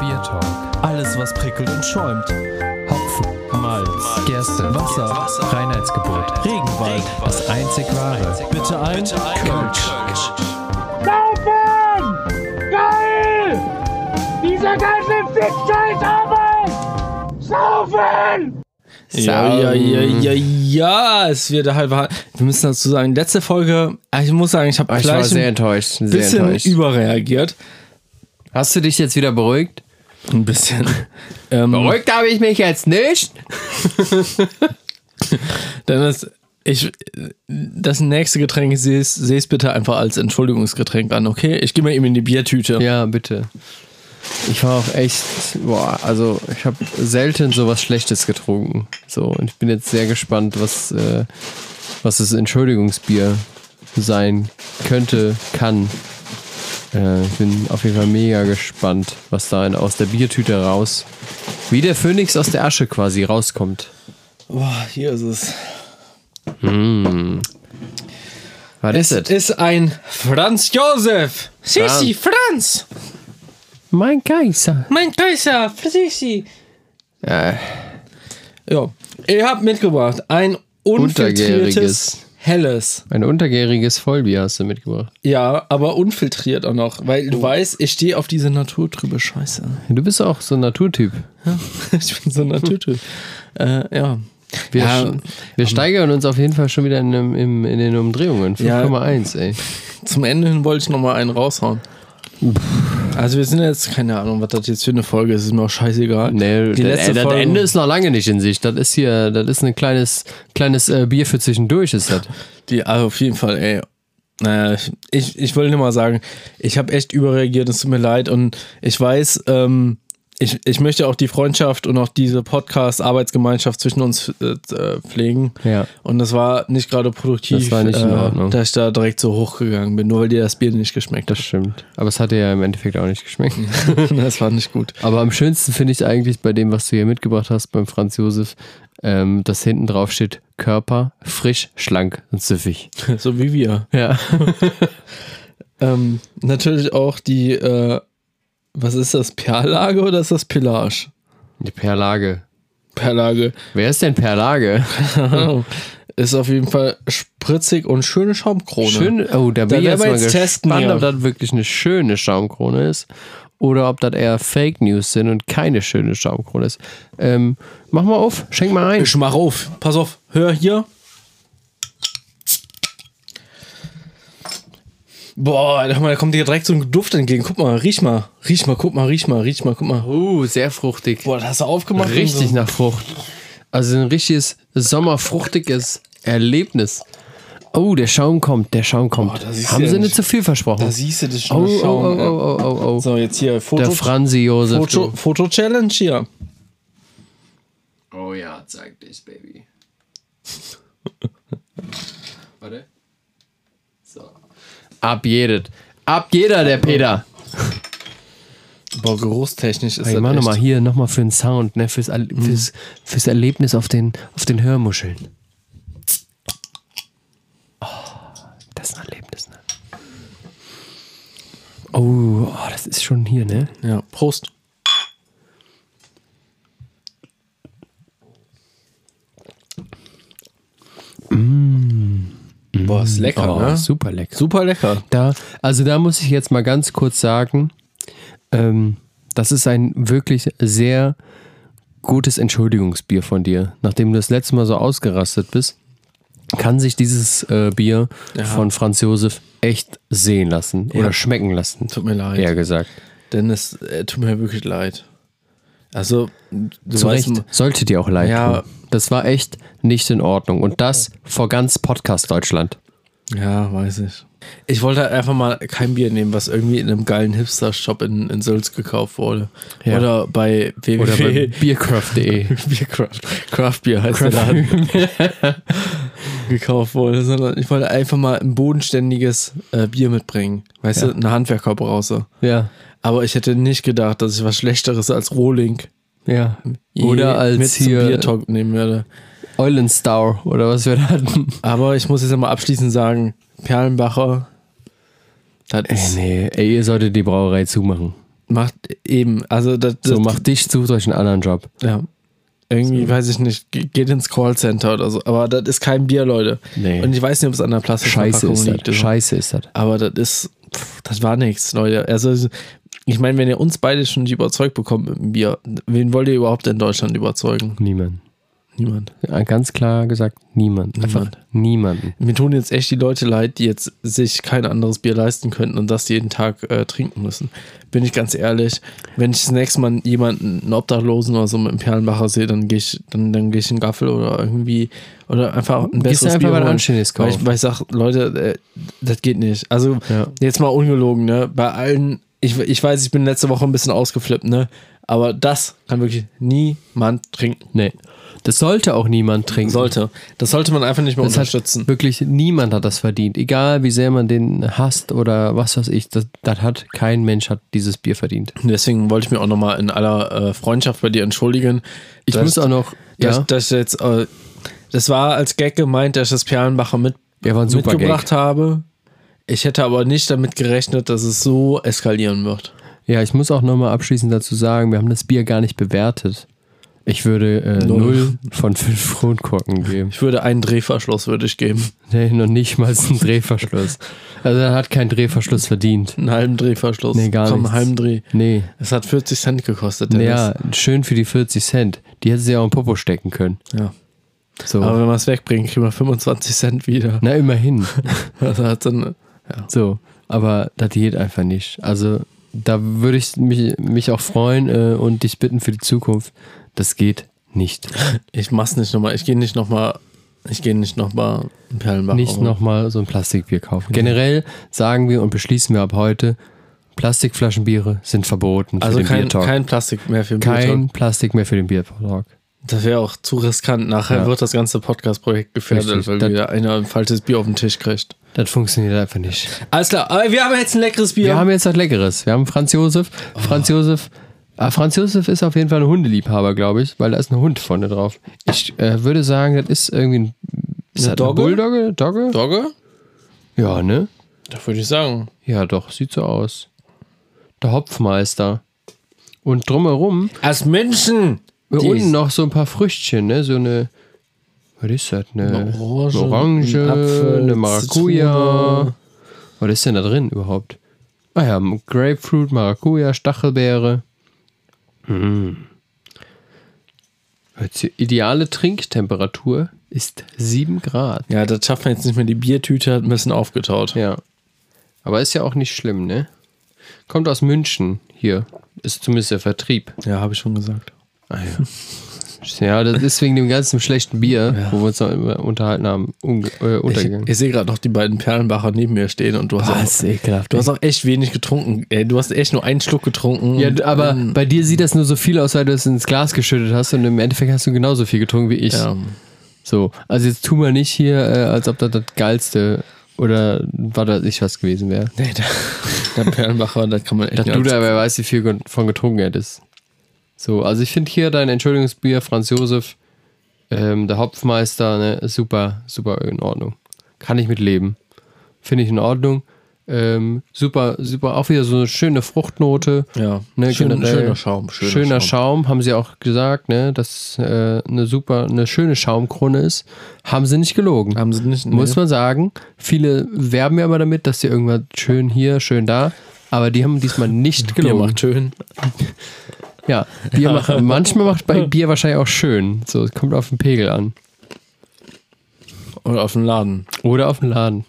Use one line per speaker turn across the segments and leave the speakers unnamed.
Bier Talk. Alles, was prickelt und schäumt. Hopfen, Malz, Gerste, Wasser, Reinheitsgebot, Regenwald, das einzig wahre. Bitte ein Kölsch.
Saufen! Geil! Diese ganze Fick-Scheiß-Arbeit! Saufen!
Ja, ja, ja, ja, ja, es wird halt wahr. Wir müssen dazu sagen, letzte Folge, ah, ich muss sagen, ich habe
Ah, Ich war
gleich
sehr
ein
enttäuscht. Sehr
bisschen
enttäuscht.
überreagiert.
Hast du dich jetzt wieder beruhigt?
Ein bisschen. Ähm,
Beruhigt habe ich mich jetzt nicht.
Dann ist, ich, das nächste Getränk, sehe es bitte einfach als Entschuldigungsgetränk an, okay? Ich gehe mal eben in die Biertüte.
Ja, bitte. Ich war auch echt, boah, also ich habe selten sowas Schlechtes getrunken. So, und ich bin jetzt sehr gespannt, was, äh, was das Entschuldigungsbier sein könnte, kann. Äh, ich bin auf jeden Fall mega gespannt, was da in- aus der Biertüte raus, wie der Phönix aus der Asche quasi rauskommt.
Boah, hier ist es.
Was
Es ist ein Franz Josef. Sissi, Franz.
Mein Kaiser.
Mein Kaiser, Sissi.
Äh,
Ja, ihr habt mitgebracht ein
Untergäriges.
unfiltriertes Helles.
ein untergäriges Vollbier hast du mitgebracht.
Ja, aber unfiltriert auch noch, weil
Oh.
du weißt, ich stehe auf diese naturtrübe Scheiße.
Du bist auch so ein Naturtyp.
ich bin so eine Tüte. äh, ja.
Wir,
ja,
sch- wir steigern uns auf jeden Fall schon wieder in, dem- im, in den Umdrehungen.
Ja.
5,1, ey.
zum Ende hin wollte ich nochmal einen raushauen. Also wir sind jetzt, keine Ahnung, was das jetzt für eine Folge ist, ist mir auch scheißegal.
Nee,
Die
das-
letzte
ey, das
Folge-
Ende ist noch lange nicht in Sicht. Das ist hier, das ist ein kleines, kleines äh, Bier für zwischendurch, ist das.
Die, also auf jeden Fall, ey. Naja, ich, ich, ich wollte nur mal sagen, ich habe echt überreagiert, es tut mir leid und ich weiß, ähm, ich, ich möchte auch die Freundschaft und auch diese Podcast-Arbeitsgemeinschaft zwischen uns äh, äh, pflegen.
Ja.
Und das war nicht gerade produktiv,
Das war nicht in Ordnung.
Äh, dass ich da direkt so hochgegangen bin, nur weil dir das Bier nicht geschmeckt
Das stimmt. Aber es hat dir ja im Endeffekt auch nicht geschmeckt.
hat. das war nicht gut.
Aber am schönsten finde ich eigentlich bei dem, was du hier mitgebracht hast, beim Franz Josef, ähm, dass hinten drauf steht: Körper frisch, schlank und süffig.
So wie wir.
Ja.
Ähm, natürlich auch die, äh, was ist das, Perlage oder ist das Pillage?
Die Perlage.
Perlage.
Wer ist denn Perlage?
Oh. ist auf jeden Fall spritzig und schöne Schaumkrone.
Schön, oh, da bin
werden
ich jetzt
wir
mal
jetzt
gespannt,
testen hier.
ob das wirklich eine schöne Schaumkrone ist oder ob das eher Fake News sind und keine schöne Schaumkrone ist. Ähm, mach mal auf, schenk mal ein.
Ich mach auf. Pass auf, hör hier. Boah, da da kommt dir direkt so ein Duft entgegen. Guck mal, riech mal. Riech mal, guck mal, riech mal, riech mal, guck mal.
Uh, sehr fruchtig.
Boah, das hast du aufgemacht. und
Richtig
so.
nach Frucht. Also ein richtiges sommerfruchtiges Erlebnis. Oh, der Schaum kommt, der Schaum kommt.
da siehst du
Haben
ja
sie nicht
nicht.
zu viel versprochen?
Da siehst du das
oh,
schon.
oh, oh, oh, oh, oh, oh.
So, jetzt hier
Der
Foto,
Franzi Josef.
Foto, Foto Challenge hier.
Oh ja, zeig dich, Baby. Warte. So. Ab jedet. Ab jeder, der Peter.
Boah, geruchstechnisch ist
Hey,
das
mach
echt-
nochmal hier, nochmal für den Sound, ne, fürs, Al- fürs, fürs Erlebnis auf den, auf den Hörmuscheln. Oh, das ist ein Erlebnis, ne? Oh, oh, das ist schon hier, ne?
Ja, Prost. Boah, ist lecker,
Mm. Oh,
ne?
super lecker.
Super lecker.
Da, also da muss ich jetzt mal ganz kurz sagen, ähm, das ist ein wirklich sehr gutes Entschuldigungsbier von dir. Nachdem du das letzte Mal so ausgerastet bist, kann sich dieses äh, Bier von Franz Josef echt sehen lassen oder schmecken lassen.
Tut mir leid.
Eher gesagt.
Dennis, äh, tut mir wirklich leid. Also, du
Zu
weißt,
Recht. Sollte dir auch leid
Ja.
tun. Das war echt nicht in Ordnung. Und das vor ganz Podcast Deutschland.
Ja, weiß ich. Ich wollte halt einfach mal kein Bier nehmen, was irgendwie in einem geilen Hipster-Shop in, in Sülz gekauft wurde.
Ja.
Oder bei www.
Oder bei biercraft.de.
Biercraft. Craft Beer heißt der Laden. gekauft wurde, sondern halt- ich wollte einfach mal ein bodenständiges äh, Bier mitbringen. Weißt du, eine Handwerkerbrause.
Ja.
Aber ich hätte nicht gedacht, dass ich was Schlechteres als Rohling
Ja.
je
Oder
mit
als
zum
hier äh,
Biertalk nehmen werde.
Eulenstar oder was wir da hatten.
Aber ich muss jetzt mal abschließend sagen, Perlenbacher, das
Ey,
ist
Äh,
Äh,
nee, ey, ihr solltet die Brauerei zumachen.
macht eben, also das, das
So, macht dich, sucht euch einen anderen Job.
ja. Irgendwie, weiß ich nicht, ge- geht ins Callcenter oder so. Aber das ist kein Bier, Leute.
Nee.
Und ich weiß nicht, ob es an der
Scheiße
Plastikverpackung
ist
liegt.
das.
oder-
Scheiße ist das.
Aber das ist, pff, das war nichts, Leute. Also, ich meine, wenn ihr uns beide schon nicht überzeugt bekommt mit dem Bier, wen wollt ihr überhaupt in Deutschland überzeugen?
Niemand.
Niemand.
Ja, Ganz klar gesagt, niemand. Einfach niemanden.
Mir tun jetzt echt die Leute leid, die jetzt sich kein anderes Bier leisten könnten und das jeden Tag äh, trinken müssen. Bin ich ganz ehrlich, wenn ich das nächste Mal jemanden, einen Obdachlosen oder so mit einem Perlenbacher sehe, dann gehe ich, dann, dann geh ich einen Gaffel oder irgendwie oder einfach ein
Gehst
besseres
einfach
Bier
mal ein
holen.
anständiges
weil
kaufen.
ich, weil ich sage, Leute, äh, das geht nicht. Also
Ja.
jetzt mal ungelogen, ne? Bei allen, ich, ich weiß, ich bin letzte Woche ein bisschen ausgeflippt, ne? Aber das kann wirklich niemand trinken.
Nee. Das sollte auch niemand trinken.
Sollte. Das sollte man einfach nicht mehr
Das hat
unterstützen.
wirklich niemand hat das verdient. Egal wie sehr man den hasst oder was weiß ich, das, das hat kein Mensch hat dieses Bier verdient.
Und Deswegen wollte ich mich auch nochmal in aller äh, Freundschaft bei dir entschuldigen.
Ich
dass-
muss auch noch.
dass,
ja,
dass ich jetzt, äh, das war als Gag gemeint, dass ich das Perlenbacher mit,
Ja, war ein super
mitgebracht habe. Ich hätte aber nicht damit gerechnet, dass es so eskalieren wird.
ja, ich muss auch nochmal abschließend dazu sagen, wir haben das Bier gar nicht bewertet. Ich würde äh,
Null.
0 von 5 Kronkorken geben.
Ich würde einen Drehverschluss würde ich geben.
Nee, noch nicht mal einen Drehverschluss. Also er hat keinen Drehverschluss verdient.
Einen halben Drehverschluss.
Nee, gar
Komm,
nichts.
halben Dreh.
Nee.
Es hat 40 Cent gekostet,
Ja, schön für die 40 Cent. Die hätte sie ja auch im Popo stecken können.
Ja.
So.
Aber wenn wir es wegbringen, kriegen wir 25 Cent wieder.
Na, immerhin.
Also hat's dann,
So, aber das geht einfach nicht. Also da würde ich mich, mich auch freuen äh, und dich bitten für die Zukunft. Das geht nicht.
ich mach's nicht nochmal. Ich gehe nicht nochmal. Ich gehe nicht nochmal einen Perlenbacher.
Nicht
holen.
nochmal so ein Plastikbier kaufen. Generell sagen wir und beschließen wir ab heute, Plastikflaschenbiere sind verboten für
Also
den
kein,
Biertalk.
kein Plastik mehr für den Biertalk.
Kein Plastik mehr für den Biertalk.
Das wäre auch zu riskant. Nachher
Ja.
wird das ganze Podcast-Projekt gefährdet,
Richtig.
weil
Das-
wieder einer ein falsches Bier auf den Tisch kriegt.
Das funktioniert einfach nicht.
Alles klar, aber wir haben jetzt ein leckeres Bier.
Wir haben jetzt was Leckeres. Wir haben Franz Josef.
Oh.
Franz Josef. Ah, Franz Josef ist auf jeden Fall ein Hundeliebhaber, glaube ich, weil da ist ein Hund vorne drauf. Ich äh, würde sagen, das ist irgendwie ein. Ist
Eine
das
Dogge?
Bulldogge? Dogge?
Dogge?
Ja, ne?
Da würde ich sagen.
Ja, doch, sieht so aus. Der Hopfmeister. Und drumherum
Als Menschen!
unten noch so ein paar Früchtchen, ne? So eine. Was ist das? Eine,
Eine Orange,
eine, Orange,
ein Apfel,
eine Maracuja.
Zitrone.
Was ist denn da drin überhaupt? Ah ja, Grapefruit, Maracuja, Stachelbeere. Mm. Die ideale Trinktemperatur ist 7 Grad.
Ja, das schafft man jetzt nicht mehr. Die Biertüte hat ein bisschen aufgetaut.
Ja. Aber ist ja auch nicht schlimm, ne? Kommt aus München hier. Ist zumindest der Vertrieb.
Ja, habe ich schon gesagt.
Ja, das ist wegen dem ganzen schlechten Bier, wo wir uns noch immer unterhalten haben, unge- äh,
Ich,
untergegangen.
ich sehe gerade noch die beiden Perlenbacher neben mir stehen und du hast, auch,
ekelhaft.
du hast auch echt wenig getrunken. Ey, du hast echt nur einen Schluck getrunken.
ja, d- aber
Ähm,
bei dir sieht das nur so viel aus, weil du es ins Glas geschüttet hast und im Endeffekt hast du genauso viel getrunken wie ich.
ja.
So, also jetzt tu mal nicht hier, äh, als ob das das Geilste oder war das nicht was gewesen wäre.
Nee, da, der Perlenbacher, da kann man echt
Dass
nicht
du
als-
da, wer weiß, wie viel ge- von getrunken hättest. So, also ich finde hier dein Entschuldigungsbier, Franz Josef, ähm, der Hopfmeister, ne, ist super, super in Ordnung. Kann ich mit leben. Finde ich in Ordnung. Ähm, super, super, auch wieder so eine schöne Fruchtnote.
Ja,
Ne,
Schön-
generell.
schöner Schaum, schöner
Schöner, Schaum. haben sie auch gesagt, ne, dass äh, eine super, eine schöne Schaumkrone ist. Haben sie nicht gelogen.
Haben sie nicht?
Muss man sagen, viele werben ja immer damit, dass sie irgendwas schön hier, schön da, aber die haben diesmal nicht
Bier
gelogen.
macht schön.
Ja, Bier macht, manchmal macht bei Bier wahrscheinlich auch schön. So, es kommt auf den Pegel an.
Oder auf dem Laden.
Oder auf den Laden.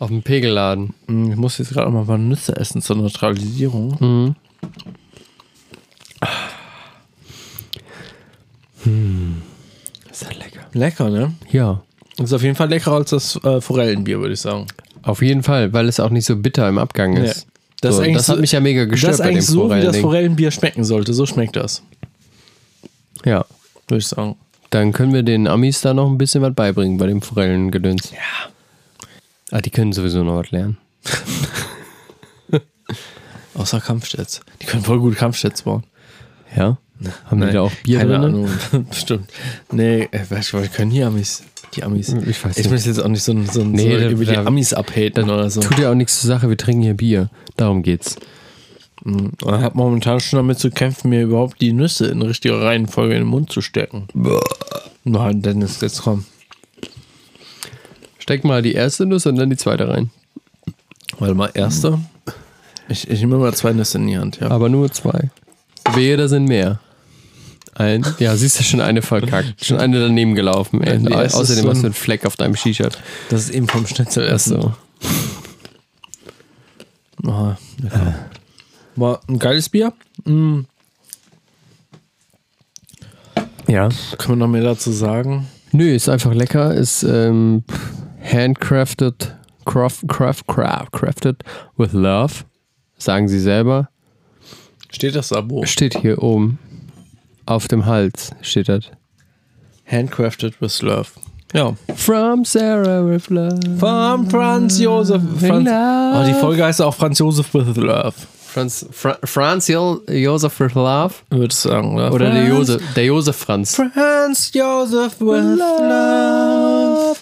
Auf den Pegelladen.
Hm, Ich muss jetzt gerade mal ein paar Nüsse essen zur Neutralisierung.
Mhm. Ist das lecker.
Hm. Lecker, ne?
Ja.
Ist auf jeden Fall leckerer als das äh, Forellenbier, würde ich sagen.
Auf jeden Fall, weil es auch nicht so bitter im Abgang ist.
Ja. Das, ist
so,
eigentlich
das hat
so-
mich ja mega gestört
Das ist
bei dem
eigentlich so, wie das
Forellending.
Forellenbier schmecken sollte. So schmeckt das,
Ja.
würde ich sagen.
Dann können wir den Amis da noch ein bisschen was beibringen bei dem Forellengedöns. Ja. Ah, die können sowieso noch was lernen.
Außer Kampfjets. Die können voll gut Kampfjets bauen.
Ja? Haben die
Nein,
da auch Bier
Keine
drin?
Ahnung. Bestimmt. Nee, äh, weißt du, wir können die Amis. Die Amis.
Hm, Ich weiß
ich
nicht.
möchte jetzt auch nicht so, ein- so, ein-
Nee,
so
da-
über die
da-
Amis abhaten oder so.
Tut ja auch nichts zur Sache, wir trinken hier Bier. Darum geht's.
Ich habe momentan schon damit zu kämpfen, mir überhaupt die Nüsse in richtiger Reihenfolge in den Mund zu stecken. Nein, Dennis, jetzt komm.
Steck mal die erste Nuss und dann die zweite rein.
Warte mal, erste.
Hm.
Ich, ich nehme mal zwei Nüsse in die Hand, ja.
Aber nur zwei. Wehe, da sind mehr. Ein, ja, siehst du, schon eine verkackt. Schon eine daneben gelaufen. Ey.
Ja, es ist
Außerdem
so
hast
ein-
du einen Fleck auf deinem T-Shirt.
Das ist eben vom Schnitzel
Das so.
Aha, ja,
Äh.
klar. War ein geiles Bier. Mm.
Ja.
Kann man noch mehr dazu sagen?
Nö, ist einfach lecker. Ist ähm, handcrafted, craft, craft, craft, crafted with love. Sagen sie selber.
Steht das Abo?
Steht hier oben. Auf dem Hals steht das.
Handcrafted with Love. Ja.
From Sarah with love.
Von Franz Josef. Franz
love.
oh, die Folge heißt auch Franz Josef with Love.
Franz, Fra Franz Jo- Josef with love.
Würde ich sagen, oder?
Oder der
Franz-
Josef, der Josef Franz.
Franz Josef with Love.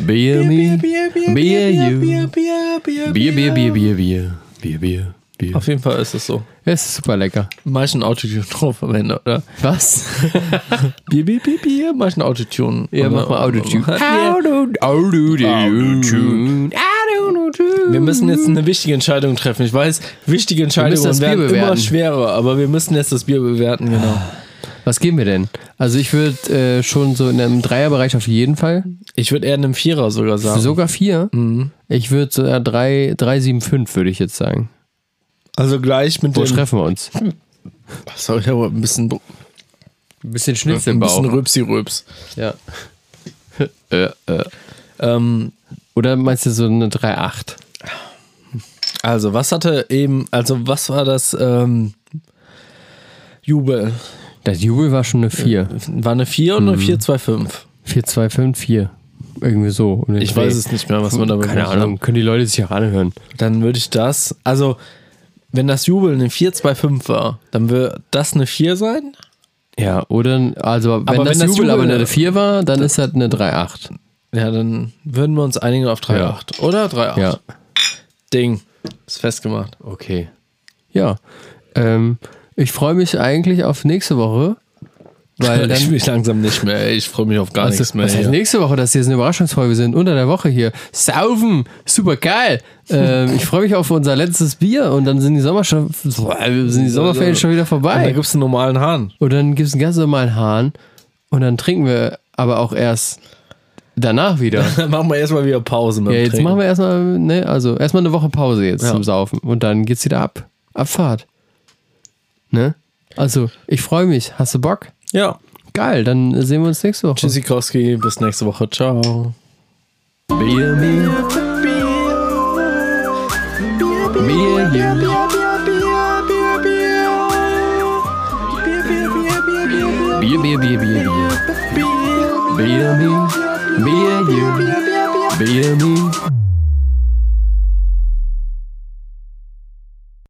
Beer me, beer you, beer, beer, beer,
Bier.
beer, beer, beer, beer, beer.
Auf jeden Fall ist es so.
Es ist super lecker.
Manchen Autotune drauf am Ende, oder?
Was?
Bier, Bier, Bier, Bier. Manchen Autotune.
Ja, mach mal Autotune. Autotune. Autotune. Autotune.
Wir müssen jetzt eine wichtige Entscheidung treffen. Ich weiß, wichtige Entscheidungen
das Bier
werden immer
bewerten.
schwerer, aber wir müssen jetzt das Bier bewerten, genau.
Was geben wir denn? Also ich würde äh, schon so in einem Dreierbereich auf jeden Fall.
Ich würde eher einem Vierer sogar sagen.
Sogar vier.
Mhm.
Ich würde so äh, drei, drei, sieben, fünf würde ich jetzt sagen.
Also gleich mit
Wo
dem.
treffen wir uns?
Sorry, aber ein bisschen,
Ein bisschen
ein bisschen
Schnitzelbauch.
Rübsi-Rübs.
Ja. äh, äh.
Ähm,
Oder meinst du so eine 3,8?
also, was hatte eben, also, was war das ähm, Jubel?
Das Jubel war schon eine 4.
War eine 4 oder eine 4, 2, 5?
4, 2, 5, 4. Irgendwie so. um den
Ich
Dreh.
weiß es nicht mehr, was man damit
Keine
gemacht hat.
Ahnung, können die Leute sich auch anhören.
Dann würde ich das, also, wenn das Jubel eine 4, 2, 5 war, dann würde das eine 4 sein?
Ja, oder, also, wenn,
Aber
das,
wenn das
Jubel, aber
Jubel-
eine 4 war, dann ist das eine 3,8.
Ja, dann würden wir uns einigen auf 3,8.
Ja.
Oder 3,8.
Ja,
Ding. Ist festgemacht.
okay. Ja, ähm, ich freue mich eigentlich auf nächste Woche, weil dann
ich mich langsam nicht mehr. ey. Ich freue mich auf gar
Also,
nichts mehr.
Was heißt
hier.
nächste Woche, dass hier so eine Überraschungsfolge sind? Unter der Woche hier. Saufen! Super geil! Ähm, ich freue mich auf unser letztes Bier und dann sind die, Sommer schon, sind die Sommerferien schon wieder
Und da
vorbei.
gibt es einen normalen Hahn.
Und dann gibt es einen ganz normalen Hahn und dann trinken wir aber auch erst danach wieder.
Dann machen wir erstmal wieder Pause mit
Ja,
dem
jetzt
Trinken.
machen wir erstmal, ne, also erstmal eine Woche Pause jetzt
Ja.
zum Saufen und dann geht's wieder ab. Abfahrt. Ne? Also, ich freue mich. Hast du Bock?
Ja.
Geil, dann sehen wir uns nächste Woche.
Tschüssikowski, bis nächste Woche. Ciao.
Beer me. Beer you. Beer, beer, beer, beer, beer. Beer me. Beer you. Beer me.